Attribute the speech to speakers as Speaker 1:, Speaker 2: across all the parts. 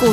Speaker 1: 股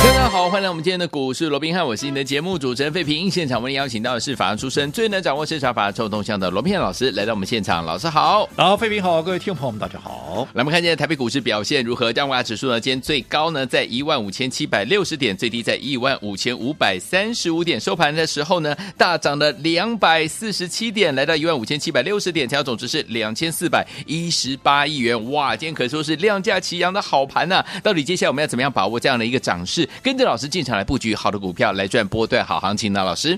Speaker 2: 大家好，欢迎来我们今天的股市罗宾汉，我是你的节目主持人费平。现场为您邀请到的是法案出身、最能掌握市场法臭动向的罗宾汉老师，来到我们现场。老师好，
Speaker 3: 然后，费平好，各位听众朋友们，大家好。
Speaker 2: 来我们看见台北股市表现如何？加权指数呢？今天最高呢在一万五千七百六十点，最低在一万五千五百三十五点，收盘的时候呢大涨了两百四十七点，来到一万五千七百六十点，成交总值是两千四百一十八亿元。哇，今天可说是量价齐扬的好盘呐、到底接下来我们要怎么样把握这样的一个涨势？跟着老师进场来布局好的股票，来赚波段好行情呢？老师，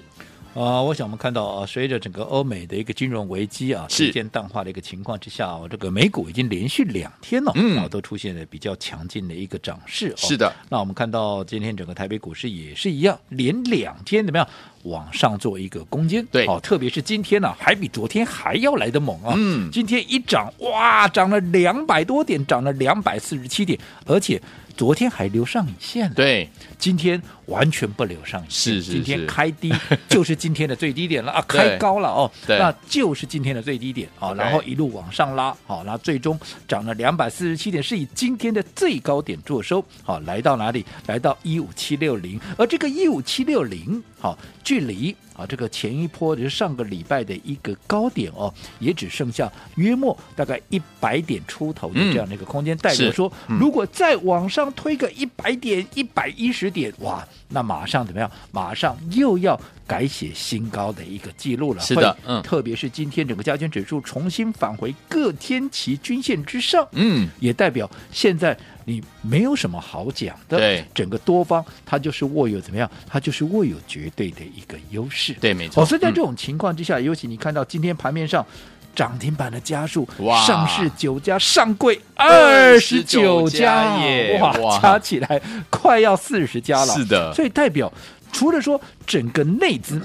Speaker 3: 啊，我想我们看到啊，随着整个欧美的一个金融危机啊
Speaker 2: 是
Speaker 3: 逐渐淡化的一个情况之下，哦，这个美股已经连续两天了、
Speaker 2: 嗯
Speaker 3: 啊，都出现了比较强劲的一个涨势、哦。
Speaker 2: 是的，
Speaker 3: 那我们看到今天整个台北股市也是一样，连两天怎么样？往上做一个攻坚，
Speaker 2: 对
Speaker 3: 好、特别是今天呢、啊还比昨天还要来得猛啊！
Speaker 2: 嗯
Speaker 3: 今天一涨，哇，涨了两百多点，涨了两百四十七点，而且昨天还留上影线了。
Speaker 2: 对，
Speaker 3: 今天完全不留上影线，
Speaker 2: 是是
Speaker 3: 今天
Speaker 2: 是
Speaker 3: 开 低就是今天的最低点了啊，
Speaker 2: 对
Speaker 3: 开高了哦，
Speaker 2: 对
Speaker 3: 那就是今天的最低点啊，
Speaker 2: OK
Speaker 3: 然后一路往上拉，好，那最终涨了两百四十七点，是以今天的最高点做收，好，来到哪里？来到一五七六零，而这个一五七六零，好，距离。啊，这个前一波就是上个礼拜的一个高点哦，也只剩下约莫大概一百点出头的
Speaker 2: 嗯
Speaker 3: 这样的一个空间，代表
Speaker 2: 是
Speaker 3: 说，
Speaker 2: 嗯
Speaker 3: 如果再往上推个一百点、一百一十点，哇，那马上怎么样？马上又要改写新高的一个记录了。
Speaker 2: 是的
Speaker 3: 会
Speaker 2: 嗯
Speaker 3: 特别是今天整个加权指数重新返回各天期均线之上，
Speaker 2: 嗯，
Speaker 3: 也代表现在你没有什么好讲的。
Speaker 2: 对
Speaker 3: 整个多方它就是握有怎么样？它就是握有绝对的一个优势。
Speaker 2: 对，没错，
Speaker 3: 哦，所以在
Speaker 2: 嗯
Speaker 3: 这种情况之下，尤其你看到今天盘面上。涨停板的家数
Speaker 2: 哇，
Speaker 3: 上市九家，上柜二十
Speaker 2: 29
Speaker 3: 九
Speaker 2: 家
Speaker 3: 家
Speaker 2: 耶
Speaker 3: 哇，
Speaker 2: 哇
Speaker 3: 加起来快要四十家了。
Speaker 2: 是的
Speaker 3: 所以代表除了说整个内资，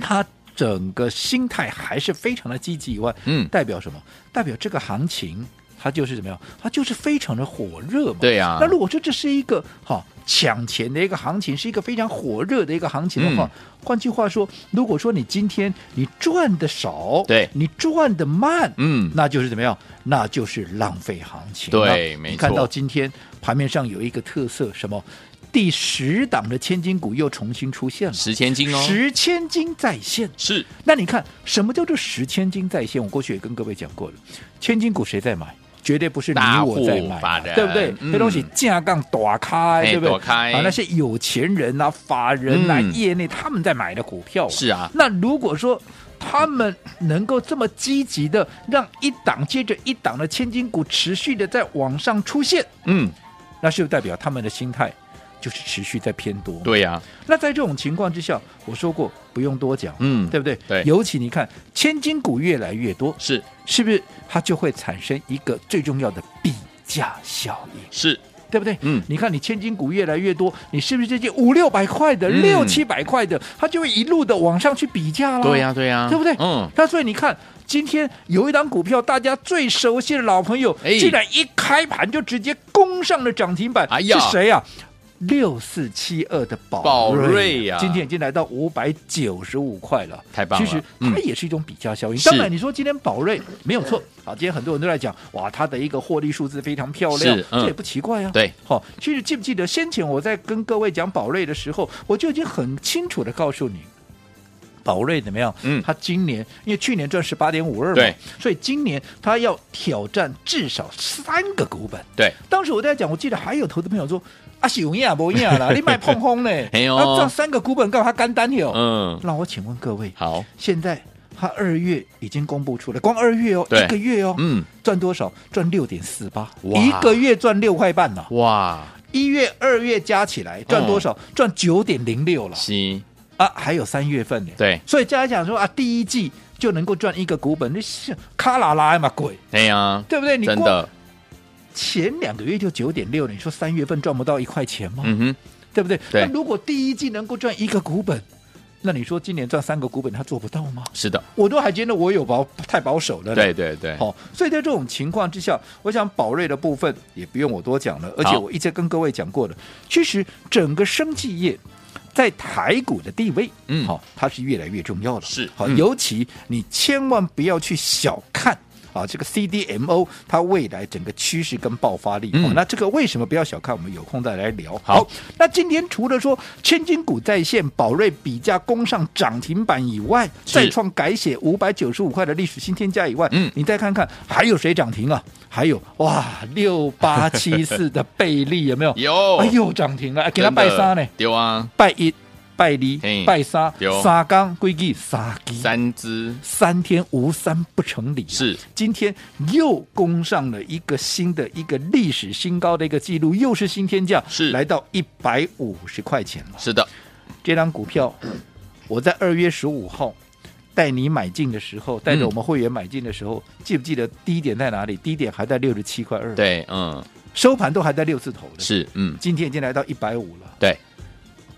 Speaker 3: 它整个心态还是非常的积极以外，
Speaker 2: 嗯
Speaker 3: 代表什么？代表这个行情它就是怎么样？它就是非常的火热嘛。
Speaker 2: 对啊呀
Speaker 3: 那如果说这是一个哈、抢钱的一个行情，是一个非常火热的一个行情的话，
Speaker 2: 嗯
Speaker 3: 换句话说，如果说你今天你赚的少，
Speaker 2: 对
Speaker 3: 你赚的慢，
Speaker 2: 嗯
Speaker 3: 那就是怎么样？那就是浪费行情了。
Speaker 2: 对没
Speaker 3: 你看
Speaker 2: 错
Speaker 3: 到今天盘面上有一个特色，什么？第十档的千金股又重新出现了，
Speaker 2: 十千金哦，
Speaker 3: 十千金在线。
Speaker 2: 是
Speaker 3: 那你看什么叫做十千金在线？我过去也跟各位讲过了，千金股谁在买？绝对不是你
Speaker 2: 大户
Speaker 3: 我在买
Speaker 2: 法
Speaker 3: 嘛
Speaker 2: 人，
Speaker 3: 对不对？
Speaker 2: 嗯
Speaker 3: 这东西价杠打开，
Speaker 2: 哎
Speaker 3: 对不对？
Speaker 2: 躲开
Speaker 3: 啊，那些有钱人呐、法人呐、
Speaker 2: 嗯
Speaker 3: 业内他们在买的股票、
Speaker 2: 是啊，
Speaker 3: 那如果说他们能够这么积极的让一档接着一档的千金股持续的在往上出现，
Speaker 2: 嗯，
Speaker 3: 那是不是代表他们的心态就是持续在偏多？
Speaker 2: 对呀、
Speaker 3: 那在这种情况之下，我说过不用多讲，
Speaker 2: 嗯
Speaker 3: 对不对？
Speaker 2: 对
Speaker 3: 尤其你看，千金股越来越多，
Speaker 2: 是
Speaker 3: 是不是它就会产生一个最重要的比价效应？
Speaker 2: 是，
Speaker 3: 对不对？
Speaker 2: 嗯
Speaker 3: 你看你千金股越来越多，你是不是这些五六百块的、
Speaker 2: 嗯
Speaker 3: 六七百块的，它就会一路的往上去比价了？
Speaker 2: 对呀、对呀、
Speaker 3: 对不对？
Speaker 2: 嗯，
Speaker 3: 那所以你看，今天有一档股票，大家最熟悉的老朋友，
Speaker 2: 哎
Speaker 3: 竟然一开盘就直接攻上了涨停板，
Speaker 2: 哎呀
Speaker 3: 是谁呀、啊六四七二的宝
Speaker 2: 宝瑞
Speaker 3: 瑞啊
Speaker 2: 呀
Speaker 3: 今天已经来到五百九十五块了，
Speaker 2: 太棒了
Speaker 3: 其实
Speaker 2: 嗯
Speaker 3: 它也是一种比价效应。
Speaker 2: 是
Speaker 3: 当然，你说今天宝瑞没有错啊，今天很多人都在讲，哇，它的一个获利数字非常漂亮
Speaker 2: 是，嗯
Speaker 3: 这也不奇怪啊。
Speaker 2: 对，
Speaker 3: 好、其实记不记得先前我在跟各位讲宝瑞的时候，我就已经很清楚的告诉你，宝瑞怎么样？
Speaker 2: 嗯
Speaker 3: 它今年因为去年赚十八点五二嘛
Speaker 2: 对，
Speaker 3: 所以今年它要挑战至少三个股本。
Speaker 2: 对，
Speaker 3: 当时我在讲，我记得还有投资朋友说啊，是有影啊，没影
Speaker 2: ，
Speaker 3: 啦，你卖碰轰嘞
Speaker 2: 哎呦
Speaker 3: 啊，赚三个股本干嘛干单哟？
Speaker 2: 嗯，
Speaker 3: 那我请问各位，
Speaker 2: 好，
Speaker 3: 现在它二月已经公布出来，光二月哦，
Speaker 2: 对
Speaker 3: 一个月哦，
Speaker 2: 嗯，
Speaker 3: 赚多少？赚六点四八，
Speaker 2: 哇
Speaker 3: 一个月赚六块半呢、
Speaker 2: 哇，
Speaker 3: 一月、二月加起
Speaker 2: 哦
Speaker 3: 来赚多少？赚九点零六了
Speaker 2: 行，
Speaker 3: 啊！还有三月份呢。
Speaker 2: 对，
Speaker 3: 所以加一讲说啊，第一季就能够赚一个股本，那是卡啦啦嘛鬼，
Speaker 2: 对哎呀、
Speaker 3: 对不对？你
Speaker 2: 真
Speaker 3: 光
Speaker 2: 的，
Speaker 3: 前两个月就九点六了，你说三月份赚不到一块钱吗？
Speaker 2: 嗯哼，
Speaker 3: 对不对？
Speaker 2: 对
Speaker 3: 那如果第一季能够赚一个股本，那你说今年赚三个股本，他做不到吗？
Speaker 2: 是的，
Speaker 3: 我都还觉得我有保太保守了呢。
Speaker 2: 对对对，
Speaker 3: 好、所以在这种情况之下，我想宝瑞的部分也不用我多讲了，而且
Speaker 2: 好
Speaker 3: 我一直跟各位讲过的，其实整个生技业。在台股的地位，
Speaker 2: 嗯
Speaker 3: 好、它是越来越重要了。
Speaker 2: 是
Speaker 3: 好、
Speaker 2: 嗯
Speaker 3: 尤其你千万不要去小看啊这个 CDMO 它未来整个趋势跟爆发力。
Speaker 2: 嗯
Speaker 3: 好那这个为什么不要小看？我们有空再来聊。
Speaker 2: 好
Speaker 3: 那今天除了说千金股在线、宝瑞比价攻上涨停板以外，
Speaker 2: 是
Speaker 3: 再创改写五百九十五块的历史新天价以外，
Speaker 2: 嗯
Speaker 3: 你再看看还有谁涨停啊？还有哇，六八七四的 贝利有没有？
Speaker 2: 有，
Speaker 3: 哎，呦，涨停了，哎给他拜杀呢，
Speaker 2: 丢啊，
Speaker 3: 拜一、拜
Speaker 2: 嘿
Speaker 3: 二、拜三
Speaker 2: 对、
Speaker 3: 三刚归计三基，
Speaker 2: 三只
Speaker 3: 三天无三不成礼、
Speaker 2: 是
Speaker 3: 今天又攻上了一个新的一个历史新高的一个记录，又是新天价，
Speaker 2: 是
Speaker 3: 来到一百五十块钱了。
Speaker 2: 是的，
Speaker 3: 这张股票，我在二月十五号带你买进的时
Speaker 2: 嗯
Speaker 3: 候，带着我们会员买进的时候，记不记得低点在哪里？低点还在六十七块二，，
Speaker 2: 对，嗯，
Speaker 3: 收盘都还在六字头的。，
Speaker 2: 是，嗯，
Speaker 3: 今天已经来到一百五了。
Speaker 2: 对，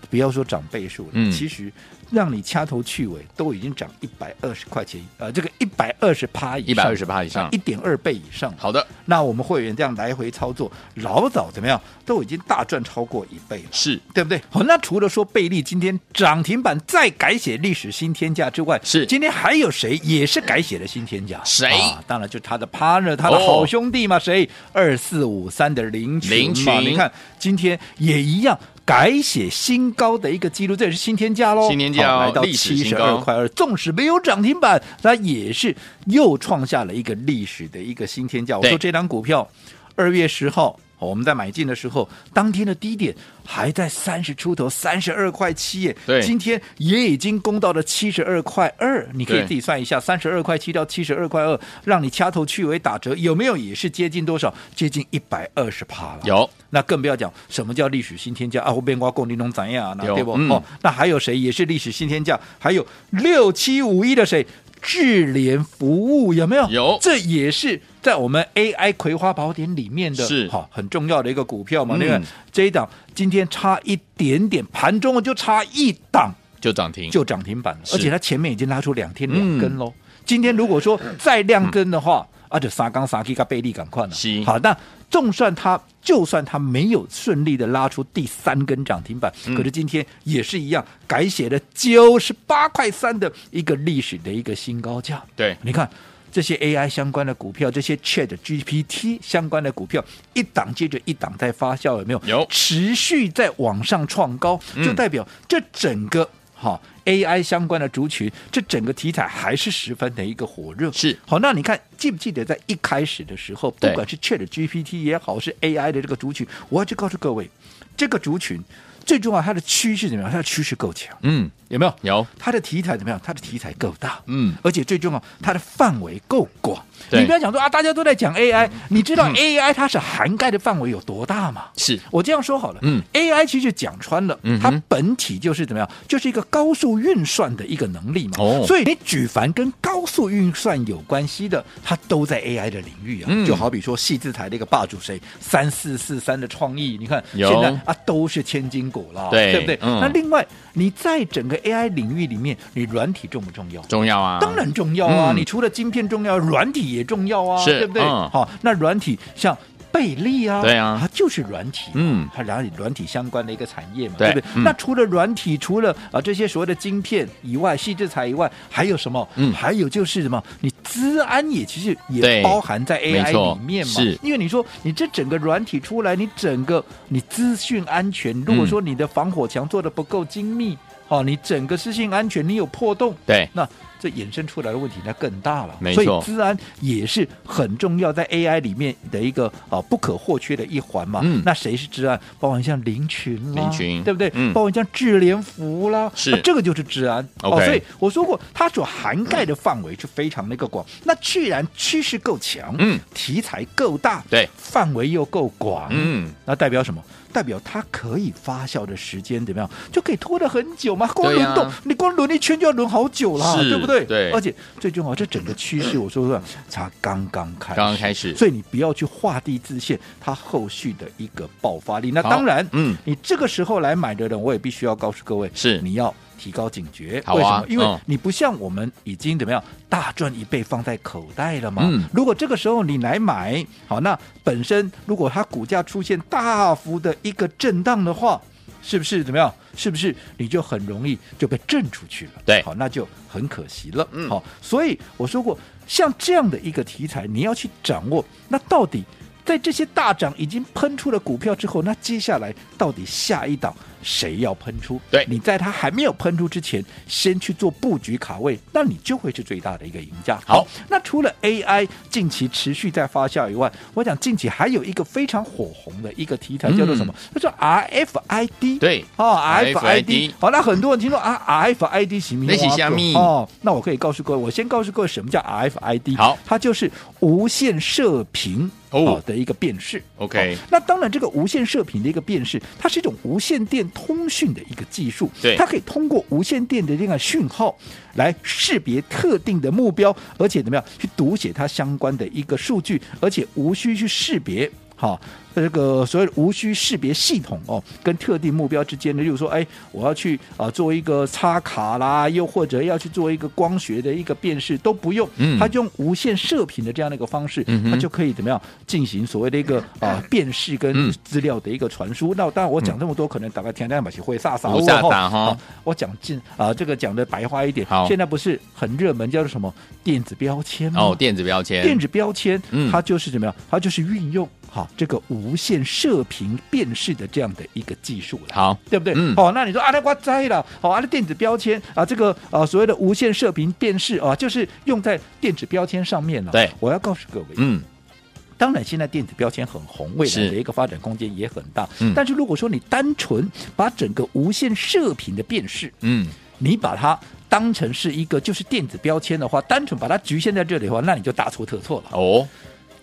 Speaker 3: 不要说涨倍数了，
Speaker 2: 嗯
Speaker 3: 其实让你掐头去尾都已经涨一百二十块钱，呃，这个一百二十趴以上，
Speaker 2: 一百二十趴以上
Speaker 3: 一，点二倍以上。
Speaker 2: 好的，
Speaker 3: 那我们会员这样来回操作，老早怎么样都已经大赚超过一倍了。
Speaker 2: 是
Speaker 3: 对不对？好，那除了说贝利今天涨停板再改写历史新天价之外，
Speaker 2: 是
Speaker 3: 今天还有谁也是改写了新天价？
Speaker 2: 谁哦
Speaker 3: 啊？当然就他的 partner，他的好兄弟嘛，谁？二四五三的林群嘛，
Speaker 2: 林群
Speaker 3: 你看今天也一样。改写新高的一个记录，这也是新天价喽，
Speaker 2: 新天价哦
Speaker 3: 好来到
Speaker 2: 历史
Speaker 3: 七
Speaker 2: 新
Speaker 3: 十
Speaker 2: 高
Speaker 3: 二块二，纵使没有涨停板，它也是又创下了一个历史的一个新天价。我
Speaker 2: 对
Speaker 3: 说这张股票二月十号。哦我们在买进的时候，当天的低点还在三十出头，三十二块七耶。
Speaker 2: 对
Speaker 3: 今天也已经攻到了七十二块二，你可以
Speaker 2: 对
Speaker 3: 自己算一下，三十二块七到七十二块二，让你掐头去尾打折，有没有也是接近多少？接近一百二十趴了。
Speaker 2: 有，
Speaker 3: 那更不要讲什么叫历史新天价啊！我变瓜供你弄怎样啊？
Speaker 2: 有
Speaker 3: 对不？
Speaker 2: 嗯
Speaker 3: 哦，那还有谁也是历史新天价？还有六七五一的谁？智联服务有没有？
Speaker 2: 有
Speaker 3: 这也是在我们 AI 葵花宝典里面的，
Speaker 2: 是
Speaker 3: 好、很重要的一个股票嘛。
Speaker 2: 嗯
Speaker 3: 那个这一档今天差一点点，盘中就差一档
Speaker 2: 就涨停，
Speaker 3: 就涨停板了，
Speaker 2: 是
Speaker 3: 而且它前面已经拉出两天
Speaker 2: 嗯
Speaker 3: 两根喽。今天如果说再亮根的话，啊，就沙钢沙 K 跟贝利赶快了。
Speaker 2: 是
Speaker 3: 好，那纵算它就算它没有顺利的拉出第三根涨停板，
Speaker 2: 嗯
Speaker 3: 可是今天也是一样改写了九十八块三的一个历史的一个新高价。
Speaker 2: 对，
Speaker 3: 你看这些 AI 相关的股票，这些 Chat GPT 相关的股票，一档接着一档在发酵，有没有？
Speaker 2: 有
Speaker 3: 持续在往上创高，
Speaker 2: 嗯
Speaker 3: 就代表这整个哈、AI 相关的族群，这整个题材还是十分的一个火热。
Speaker 2: 是
Speaker 3: 好，那你看记不记得在一开始的时候，不
Speaker 2: 对
Speaker 3: 管是 Chat GPT 也好，是 AI 的这个族群，我要去告诉各位，这个族群最重要，它的趋势怎么样？它的趋势够强，
Speaker 2: 嗯，
Speaker 3: 有没有？
Speaker 2: 有，
Speaker 3: 它的题材怎么样？它的题材够大，
Speaker 2: 嗯
Speaker 3: 而且最重要，它的范围够广。
Speaker 2: 对嗯
Speaker 3: 你不要讲说啊，大家都在讲 AI，你知道 AI 它是涵盖的范围有多大吗？
Speaker 2: 是
Speaker 3: 我这样说好了，
Speaker 2: 嗯
Speaker 3: ，AI 其实讲穿了，
Speaker 2: 嗯哼
Speaker 3: 它本体就是怎么样，就是一个高速运算的一个能力嘛。
Speaker 2: 哦
Speaker 3: 所以你举凡跟高速运算有关系的，它都在 AI 的领域啊。
Speaker 2: 嗯
Speaker 3: 就好比说细字台的一个霸主谁，三四四三的创意，你看
Speaker 2: 有
Speaker 3: 现在啊都是千金股了，
Speaker 2: 对
Speaker 3: 不对？
Speaker 2: 嗯
Speaker 3: 那另外你在整个 AI 领域里面，你软体重不重要？
Speaker 2: 重要啊，
Speaker 3: 当然重要啊！
Speaker 2: 嗯
Speaker 3: 你除了晶片重要，软体也重要啊，
Speaker 2: 是
Speaker 3: 对不对？
Speaker 2: 嗯
Speaker 3: 好，那软体像。贝利啊，
Speaker 2: 对啊
Speaker 3: 它就是软体嘛，
Speaker 2: 嗯
Speaker 3: 它软体软体相关的一个产业嘛，
Speaker 2: 对
Speaker 3: 不对？
Speaker 2: 嗯
Speaker 3: 那除了软体，除了啊这些所谓的晶片以外，细制材以外，还有什么？
Speaker 2: 嗯
Speaker 3: 还有就是什么？你资安也其实
Speaker 2: 对
Speaker 3: 也包含在
Speaker 2: 没
Speaker 3: AI
Speaker 2: 错
Speaker 3: 里面嘛，
Speaker 2: 是
Speaker 3: 因为你说你这整个软体出来，你整个你资讯安全，如果
Speaker 2: 嗯
Speaker 3: 说你的防火墙做的不够精密，好、你整个资讯安全你有破洞，
Speaker 2: 对，
Speaker 3: 那这衍生出来的问题那更大了。
Speaker 2: 没错
Speaker 3: 所以治安也是很重要，在 AI 里面的一个啊不可或缺的一环嘛。
Speaker 2: 嗯
Speaker 3: 那谁是治安？包含像林群啦，
Speaker 2: 林群
Speaker 3: 对不对？
Speaker 2: 嗯
Speaker 3: 包含像智联服啦，
Speaker 2: 是
Speaker 3: 那这个就是治安。哦
Speaker 2: OK
Speaker 3: 所以我说过，它所涵盖的范围是非常那个广。那既然趋势够强，
Speaker 2: 嗯，
Speaker 3: 题材够大，
Speaker 2: 对
Speaker 3: 范围又够广，。
Speaker 2: 嗯，
Speaker 3: 那代表什么？代表它可以发酵的时间怎么样？就可以拖得很久嘛。光
Speaker 2: 对呀
Speaker 3: 轮动，你光轮一圈就要轮好久啦，
Speaker 2: 是
Speaker 3: 对不对？
Speaker 2: 对
Speaker 3: 而且最重要，这整个趋势，我说说才刚刚开始，
Speaker 2: 刚刚开始
Speaker 3: 所以你不要去画地自限，它后续的一个爆发力。那
Speaker 2: 好
Speaker 3: 当然，
Speaker 2: 嗯
Speaker 3: 你这个时候来买的人，我也必须要告诉各位，
Speaker 2: 是
Speaker 3: 你要提高警觉。
Speaker 2: 好啊
Speaker 3: 为什么？因
Speaker 2: 嗯
Speaker 3: 为你不像我们已经怎么样大赚一倍放在口袋了嘛。
Speaker 2: 嗯
Speaker 3: 如果这个时候你来买，好，那本身如果它股价出现大幅的一个震荡的话，是不是怎么样？是不是你就很容易就被震出去了？
Speaker 2: 对
Speaker 3: 好，那就很可惜了。
Speaker 2: 嗯
Speaker 3: 好，所以我说过，像这样的一个题材，你要去掌握，那到底在这些大涨已经喷出了股票之后，那接下来到底下一档谁要喷出？
Speaker 2: 对
Speaker 3: 你在它还没有喷出之前，先去做布局卡位，那你就会是最大的一个赢家。
Speaker 2: 好
Speaker 3: 那除了 AI 近期持续在发酵以外，我讲近期还有一个非常火红的一个题材
Speaker 2: 嗯
Speaker 3: 叫做什么？叫做 RFID。
Speaker 2: 对
Speaker 3: 哦
Speaker 2: RFID 嗯
Speaker 3: ，RFID。好，那很多人听说啊，RFID 行不
Speaker 2: 那是虾米
Speaker 3: 哦，那我可以告诉各位，我先告诉各位什么叫 RFID。
Speaker 2: 好
Speaker 3: 它就是无线射频
Speaker 2: 哦
Speaker 3: 的一个辨识。
Speaker 2: OK
Speaker 3: 哦那当然，这个无线射频的一个辨识，它是一种无线电通讯的一个技术，
Speaker 2: 对
Speaker 3: 它可以通过无线电的这个讯号来识别特定的目标，而且怎么样去读写它相关的一个数据，而且无需去识别。好，这个所谓的无需识别系统哦，跟特定目标之间的，例如说，哎，我要去啊、做一个插卡啦，又或者要去做一个光学的一个辨识，都不用，
Speaker 2: 嗯
Speaker 3: 它就用无线射频的这样的一个方式，
Speaker 2: 嗯哼
Speaker 3: 它就可以怎么样进行所谓的一个啊、辨识
Speaker 2: 嗯
Speaker 3: 跟资料的一个传输。那当然，我讲这么多，可能大概天天把学会撒撒
Speaker 2: 有飒飒啊哈
Speaker 3: 好我讲进啊、这个讲的白话一点
Speaker 2: 好，
Speaker 3: 现在不是很热门，叫做什么电子标签吗？
Speaker 2: 哦，电子标签，
Speaker 3: 电子标签
Speaker 2: 嗯，
Speaker 3: 它就是怎么样？它就是运用好这个无线射频辨识的这样的一个技术啦。
Speaker 2: 好，
Speaker 3: 对不对？
Speaker 2: 嗯
Speaker 3: 哦，那你说啊，那我摘了，哦，啊，那电子标签啊，这个啊所谓的无线射频辨识啊，就是用在电子标签上面了。
Speaker 2: 对
Speaker 3: 我要告诉各位，
Speaker 2: 嗯，
Speaker 3: 当然，现在电子标签很红，未来
Speaker 2: 是
Speaker 3: 的一个发展空间也很大。
Speaker 2: 嗯
Speaker 3: 但是如果说你单纯把整个无线射频的辨识，
Speaker 2: 嗯，
Speaker 3: 你把它当成是一个就是电子标签的话，单纯把它局限在这里的话，那你就大错特错了。
Speaker 2: 哦，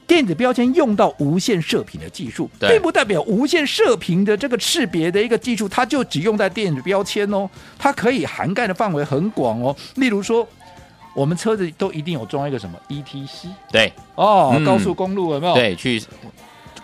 Speaker 3: 电子标签用到无线射频的技术，
Speaker 2: 对
Speaker 3: 并不代表无线射频的这个识别的一个技术，它就只用在电子标签哦，它可以涵盖的范围很广哦。例如说，我们车子都一定有装一个什么 ETC
Speaker 2: 对
Speaker 3: 哦，
Speaker 2: 嗯
Speaker 3: 高速公路有没有？
Speaker 2: 对，去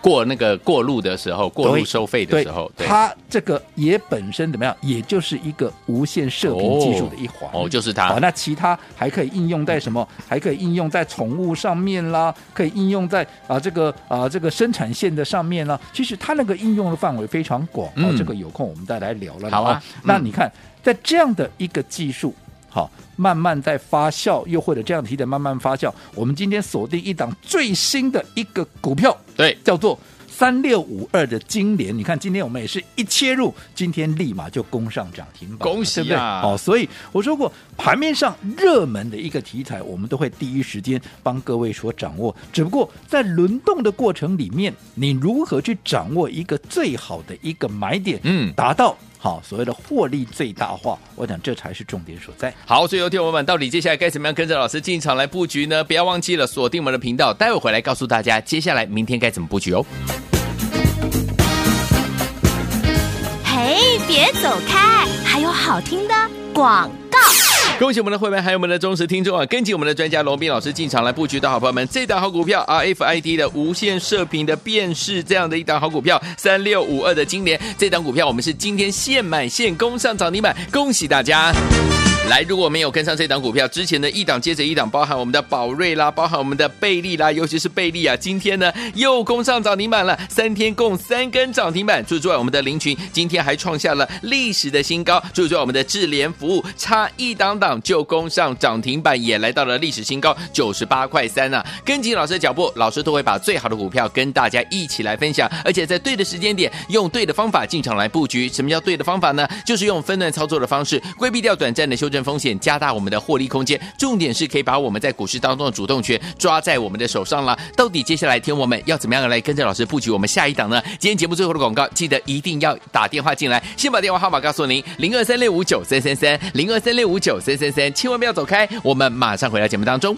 Speaker 2: 过那个过路的时候，过路收费的时候，对，
Speaker 3: 它这个也本身怎么样，也就是一个无线射频技术的一环。
Speaker 2: 哦，就是嗯
Speaker 3: 好，
Speaker 2: 它，
Speaker 3: 那其他还可以应用在什么？还可以应用在宠物上面啦，可以应用在啊、这个啊、这个生产线的上面啦。其实它那个应用的范围非常广，哦
Speaker 2: 嗯，
Speaker 3: 这个有空我们再来聊了。
Speaker 2: 好啊
Speaker 3: 哦那
Speaker 2: 嗯
Speaker 3: 你看，在这样的一个技术。好，慢慢在发酵，又或者这样题材慢慢发酵。我们今天锁定一档最新的一个股票，
Speaker 2: 对，
Speaker 3: 叫做三六五二的金莲。你看，今天我们也是一切入，今天立马就攻上涨停板了，
Speaker 2: 恭喜啊
Speaker 3: 对不对哦，所以我说过，盘面上热门的一个题材，我们都会第一时间帮各位所掌握。只不过在轮动的过程里面，你如何去掌握一个最好的一个买点，
Speaker 2: 嗯
Speaker 3: 达到好所谓的获利最大化，我想这才是重点所在。
Speaker 2: 好，所以有听友们到底接下来该怎么样跟着老师进场来布局呢？不要忘记了锁定我们的频道，待会回来告诉大家接下来明天该怎么布局哦。
Speaker 1: 嘿，别走开，还有好听的广告。
Speaker 2: 恭喜我们的会员，还有我们的忠实听众啊！跟紧我们的专家龙斌老师进场来布局的好朋友们，这档好股票啊 RFID 的无线射频的辨识这样的一档好股票，三六五二的金联这档股票，我们是今天现买现攻上涨停板，恭喜大家！来，如果没有跟上这档股票，之前的一档接着一档，包含我们的宝瑞啦，包含我们的贝利啦，尤其是贝利啊，今天呢又攻上涨停板了，三天共三根涨停板。除此之外，我们的林群今天还创下了历史的新高。除此之外，我们的智联服务差一档档就攻上涨停板，也来到了历史新高九十八块三啊！跟紧老师的脚步，老师都会把最好的股票跟大家一起来分享，而且在对的时间点，用对的方法进场来布局。什么叫对的方法呢？就是用分段操作的方式，规避掉短暂的修正风险，加大我们的获利空间。重点是可以把我们在股市当中的主动权抓在我们的手上啦。到底接下来天我们要怎么样来跟着老师布局我们下一档呢？今天节目最后的广告，记得一定要打电话进来，先把电话号码告诉您：零二三六五九三三三，零二三六五九三三三，千万不要走开，我们马上回到节目当中。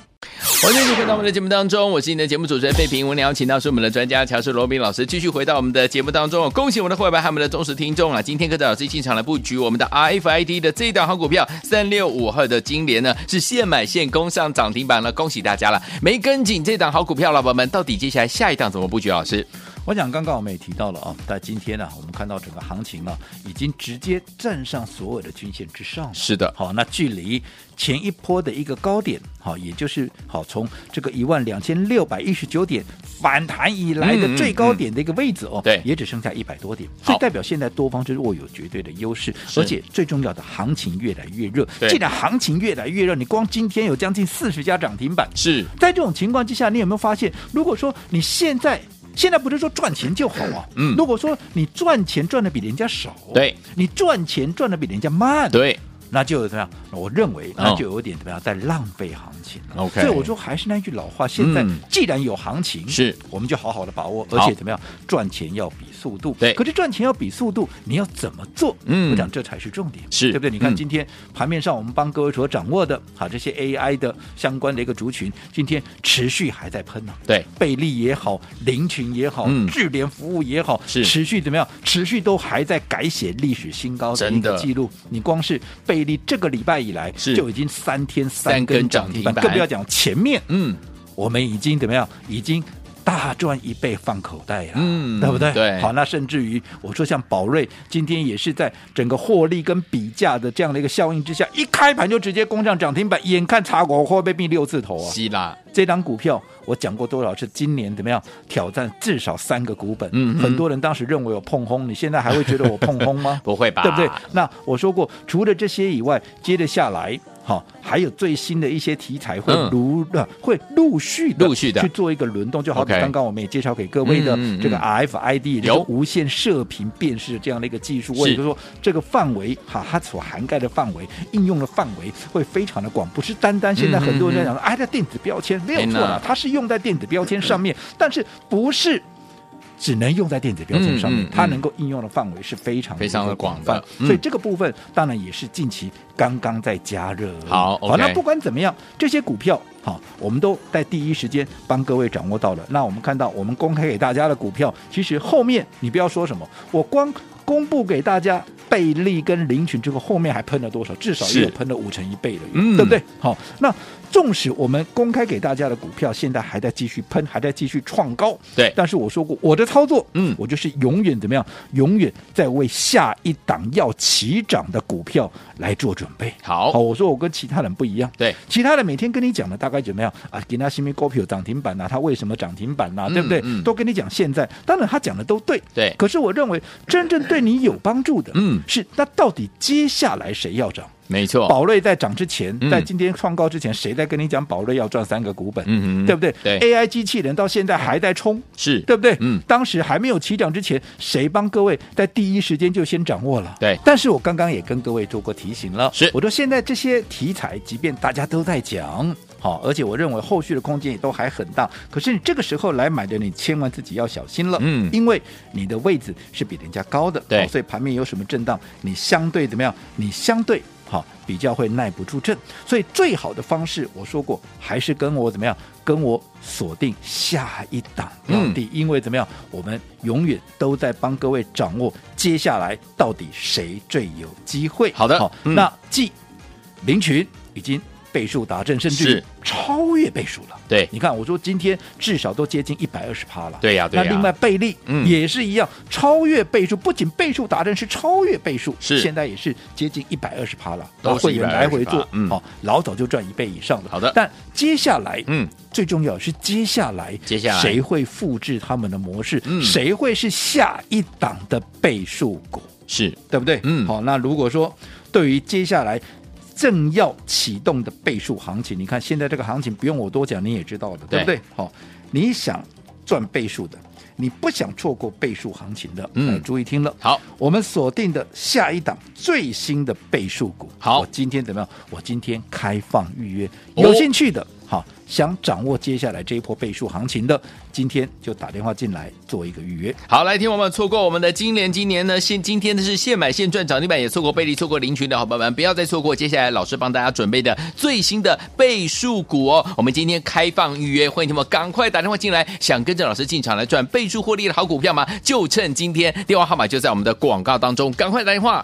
Speaker 2: 欢迎继续回到我们的节目当中，我是你的节目主持人费平。我们邀请到是我们的专家乔氏罗宾老师，继续回到我们的节目当中。恭喜我们的伙伴和我们的忠实听众啊！今天跟着老师进场来布局我们的 RFID 的这一档好股票三六五二的金莲呢，是现买现攻上涨停板了，恭喜大家了！没跟紧这档好股票，老板们到底接下来下一档怎么布局？老师，啊
Speaker 3: 我想刚刚我们也提到了啊，在今天呢、我们看到整个行情呢、啊已经直接站上所有的均线之上了。
Speaker 2: 是的，
Speaker 3: 好，那距离前一波的一个高点，好，也就是好从这个一万两千六百一十九点反弹以来
Speaker 2: 嗯嗯
Speaker 3: 的最高点的一个位置哦，
Speaker 2: 对
Speaker 3: 也只剩下一百多点，
Speaker 2: 嗯好
Speaker 3: 所以代表现在多方是握有绝对的优势，
Speaker 2: 是
Speaker 3: 而且最重要的行情越来越热
Speaker 2: 对。
Speaker 3: 既然行情越来越热，你光今天有将近四十家涨停板，
Speaker 2: 是
Speaker 3: 在这种情况之下，你有没有发现，如果说你现在现在不是说赚钱就好啊，
Speaker 2: 嗯
Speaker 3: 如果说你赚钱赚的比人家少，
Speaker 2: 对，
Speaker 3: 你赚钱赚的比人家慢，，
Speaker 2: 对，
Speaker 3: 那就有怎么样？我认为
Speaker 2: 哦
Speaker 3: 那就有点怎么样，在浪费行情了。
Speaker 2: OK
Speaker 3: 所以我说还是那句老话，现在
Speaker 2: 嗯
Speaker 3: 既然有行情，
Speaker 2: 是
Speaker 3: 我们就好好的把握，
Speaker 2: 好
Speaker 3: 而且怎么样，赚钱要比速度。
Speaker 2: 对
Speaker 3: 可是赚钱要比速度，你要怎么做？
Speaker 2: 嗯
Speaker 3: 我讲这才是重点，
Speaker 2: 是
Speaker 3: 对不对？你看
Speaker 2: 嗯
Speaker 3: 今天盘面上我们帮各位所掌握的，好这些 AI 的相关的一个族群，今天持续还在喷呢、
Speaker 2: 对，
Speaker 3: 贝利也好，林群也好
Speaker 2: 嗯，
Speaker 3: 智联服务也好，
Speaker 2: 是
Speaker 3: 持续怎么样？持续都还在改写历史新高的一
Speaker 2: 真
Speaker 3: 个
Speaker 2: 的
Speaker 3: 记录。你光是贝利这个礼拜以来
Speaker 2: 是
Speaker 3: 就已经三天
Speaker 2: 三
Speaker 3: 三
Speaker 2: 根
Speaker 3: 根
Speaker 2: 涨
Speaker 3: 涨
Speaker 2: 停
Speaker 3: 停板，
Speaker 2: 板
Speaker 3: 更不要讲前面
Speaker 2: 嗯，
Speaker 3: 我们已经怎么样？已经。大赚一倍放口袋了，
Speaker 2: 嗯
Speaker 3: 对不对？
Speaker 2: 对
Speaker 3: 好，那甚至于我说像宝瑞，今天也是在整个获利跟比价的这样的一个效应之下，一开盘就直接攻上涨停板，眼看查国会被逼六字头啊！
Speaker 2: 希腊
Speaker 3: 这档股票我讲过多少次？今年怎么样挑战至少三个股本？
Speaker 2: 嗯嗯？
Speaker 3: 很多人当时认为我碰轰，你现在还会觉得我碰轰吗
Speaker 2: 不会吧？
Speaker 3: 对不对？那我说过，除了这些以外，接着下来。好，还有最新的一些题材会
Speaker 2: 嗯
Speaker 3: 如、呃会陆续地
Speaker 2: 陆续地
Speaker 3: 去做一个轮动，就好比
Speaker 2: OK
Speaker 3: 刚刚我们也介绍给各位的
Speaker 2: 嗯嗯嗯
Speaker 3: 这个 RFID，、也就是
Speaker 2: 有
Speaker 3: 无线射频辨识这样的一个技术，我
Speaker 2: 是
Speaker 3: 也就是说这个范围哈，它所涵盖的范围、应用的范围会非常的广，不是单单现
Speaker 2: 嗯
Speaker 3: 在
Speaker 2: 嗯
Speaker 3: 很多
Speaker 2: 嗯
Speaker 3: 人在讲说，哎，这电子标签没有
Speaker 2: 哎
Speaker 3: 错
Speaker 2: 那
Speaker 3: 了，它是用在电子标签上面，但是不是只能用在电子标签上面，
Speaker 2: 嗯嗯嗯
Speaker 3: 它能够应用的范围是非常
Speaker 2: 非常的广的
Speaker 3: 泛
Speaker 2: 嗯
Speaker 3: 所以这个部分当然也是近期刚刚在加热而已。
Speaker 2: 好
Speaker 3: 好，
Speaker 2: OK
Speaker 3: 那不管怎么样，这些股票好，我们都在第一时间帮各位掌握到了。那我们看到我们公开给大家的股票，其实后面你不要说什么，我光公布给大家。贝利跟林群这个后面还喷了多少？至少
Speaker 2: 是
Speaker 3: 也有喷了五成一倍了，
Speaker 2: 嗯
Speaker 3: 对不对？好，那纵使我们公开给大家的股票现在还在继续喷，还在继续创高，
Speaker 2: 对，
Speaker 3: 但是我说过，我的操作，
Speaker 2: 嗯
Speaker 3: 我就是永远怎么样，永远在为下一档要起涨的股票来做准备。好，
Speaker 2: 好，
Speaker 3: 我说我跟其他人不一样，
Speaker 2: 对，
Speaker 3: 其他人每天跟你讲的大概怎么样啊？给他新民股票涨停板呐、啊，他为什么涨停板呐、啊
Speaker 2: 嗯
Speaker 3: 对不对？
Speaker 2: 嗯
Speaker 3: 都跟你讲现在，当然他讲的都对，
Speaker 2: 对
Speaker 3: 可是我认为真正对你有帮助的，
Speaker 2: 嗯
Speaker 3: 是那到底接下来谁要涨？
Speaker 2: 没错，
Speaker 3: 宝瑞在涨之前，
Speaker 2: 嗯
Speaker 3: 在今天创高之前，谁在跟你讲宝瑞要赚三个股本？
Speaker 2: 嗯哼
Speaker 3: 对不对？
Speaker 2: 对
Speaker 3: ，AI 机器人到现在还在冲，
Speaker 2: 是，
Speaker 3: 对不对？
Speaker 2: 嗯，
Speaker 3: 当时还没有起涨之前，谁帮各位在第一时间就先掌握了？
Speaker 2: 对
Speaker 3: 但是我刚刚也跟各位做过提醒了，
Speaker 2: 是
Speaker 3: 我说现在这些题材，即便大家都在讲。好，而且我认为后续的空间也都还很大。可是你这个时候来买的，你千万自己要小心了，
Speaker 2: 嗯
Speaker 3: 因为你的位置是比人家高的，
Speaker 2: 对
Speaker 3: 好所以盘面有什么震荡，你相对怎么样？你相对好比较会耐不住震，所以最好的方式，我说过，还是跟我怎么样？跟我锁定下一档标的，
Speaker 2: 嗯
Speaker 3: 因为怎么样？我们永远都在帮各位掌握接下来到底谁最有机会。
Speaker 2: 好的
Speaker 3: 好，
Speaker 2: 嗯
Speaker 3: 那继林群已经倍数达阵，甚至
Speaker 2: 是
Speaker 3: 于超越倍数了。
Speaker 2: 对
Speaker 3: 你看，我说今天至少都接近一百二十趴了。
Speaker 2: 对呀对呀
Speaker 3: 那另外贝利
Speaker 2: 嗯
Speaker 3: 也是一样，超越倍数，不仅倍数达阵，是超越倍数，
Speaker 2: 是
Speaker 3: 现在也是接近一百二十趴了。啊
Speaker 2: 都是
Speaker 3: 会员来回
Speaker 2: 120%
Speaker 3: 做，
Speaker 2: 嗯
Speaker 3: 好，老早就赚一倍以上的。
Speaker 2: 好的
Speaker 3: 但接下来，
Speaker 2: 嗯，
Speaker 3: 最重要的是接下来，
Speaker 2: 接下来
Speaker 3: 谁会复制他们的模式？
Speaker 2: 嗯
Speaker 3: 谁会是下一档的倍数股？
Speaker 2: 是，
Speaker 3: 对不对？
Speaker 2: 嗯
Speaker 3: 好，那如果说对于接下来正要启动的倍数行情，你看现在这个行情不用我多讲，你也知道的，对不
Speaker 2: 对
Speaker 3: 对？好，你想赚倍数的，你不想错过倍数行情的，
Speaker 2: 嗯
Speaker 3: 来注意听了。
Speaker 2: 好，
Speaker 3: 我们锁定的下一档最新的倍数股，
Speaker 2: 好
Speaker 3: 我今天怎么样？我今天开放预约，
Speaker 2: 哦
Speaker 3: 有兴趣的。好，想掌握接下来这一波倍数行情的，今天就打电话进来做一个预约。
Speaker 2: 好，来，听我们错过我们的金莲，今年呢，现今天的是现买现赚涨停板，也错过贝利，错过林群的好朋友们，不要再错过接下来老师帮大家准备的最新的倍数股哦。我们今天开放预约，欢迎听众们赶快打电话进来，想跟着老师进场来赚倍数获利的好股票吗？就趁今天，电话号码就在我们的广告当中，赶快打电话。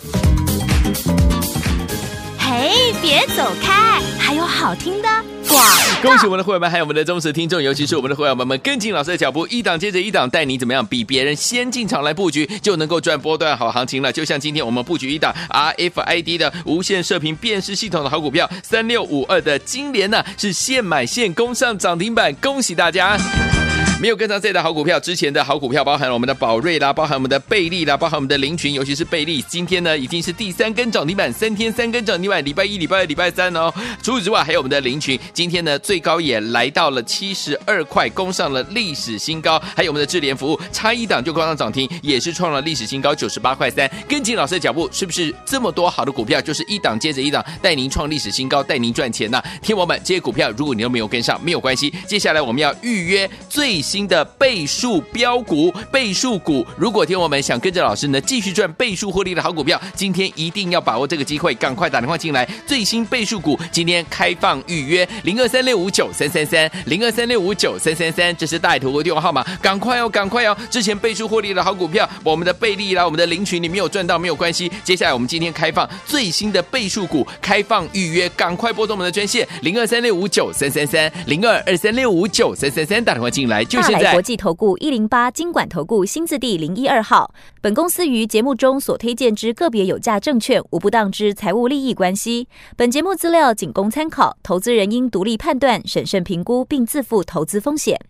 Speaker 1: 嘿，嘿，别走开，还有好听的广。
Speaker 2: 恭喜我们的会员们，还有我们的忠实听众，尤其是我们的会员们们跟紧老师的脚步，一档接着一档，带你怎么样比别人先进场来布局，就能够赚波段好行情了。就像今天我们布局一档 RFID 的无线射频辨识系统的好股票，三六五二的金联呢、是现买现攻上涨停板，恭喜大家！没有跟上这一的好股票，之前的好股票包含了我们的宝瑞啦，包含我们的贝利啦，包含我们的林群，尤其是贝利，今天呢已经是第三根涨停板，三天三根涨停板，礼拜一、礼拜二、礼拜三哦。除此之外，还有我们的林群，今天呢最高也来到了七十二块，攻上了历史新高。还有我们的智联服务，差一档就攻上涨停，也是创了历史新高九十八块三。跟紧老师的脚步，是不是这么多好的股票就是一档接着一档，带您创历史新高，带您赚钱呐、天王们，这些股票如果你都没有跟上，没有关系，接下来我们要预约最新的倍数标股、倍数股。如果天王们想跟着老师呢继续赚倍数获利的好股票，今天一定要把握这个机会，赶快打电话进来。最新倍数股今天开放预约零二三六五九三三三零二三六五九三三三，这是大图的电话号码，赶快哦，赶快哦！之前倍数获利的好股票，我们的贝利啦，我们的林群，你没有赚到没有关系，接下来我们今天开放最新的倍数股开放预约，赶快拨通我们的专线零二三六五九三三三零二二三六五九三三三，打电话进来就
Speaker 4: 大
Speaker 2: 现
Speaker 4: 来
Speaker 2: 在
Speaker 4: 国。际投顾一零八金管投顾新字第零一二号。本公司于节目中所推荐之个别有价证券，无不当之财务利益关系。本节目资料仅供参考，投资人应独立判断、审慎评估，并自负投资风险。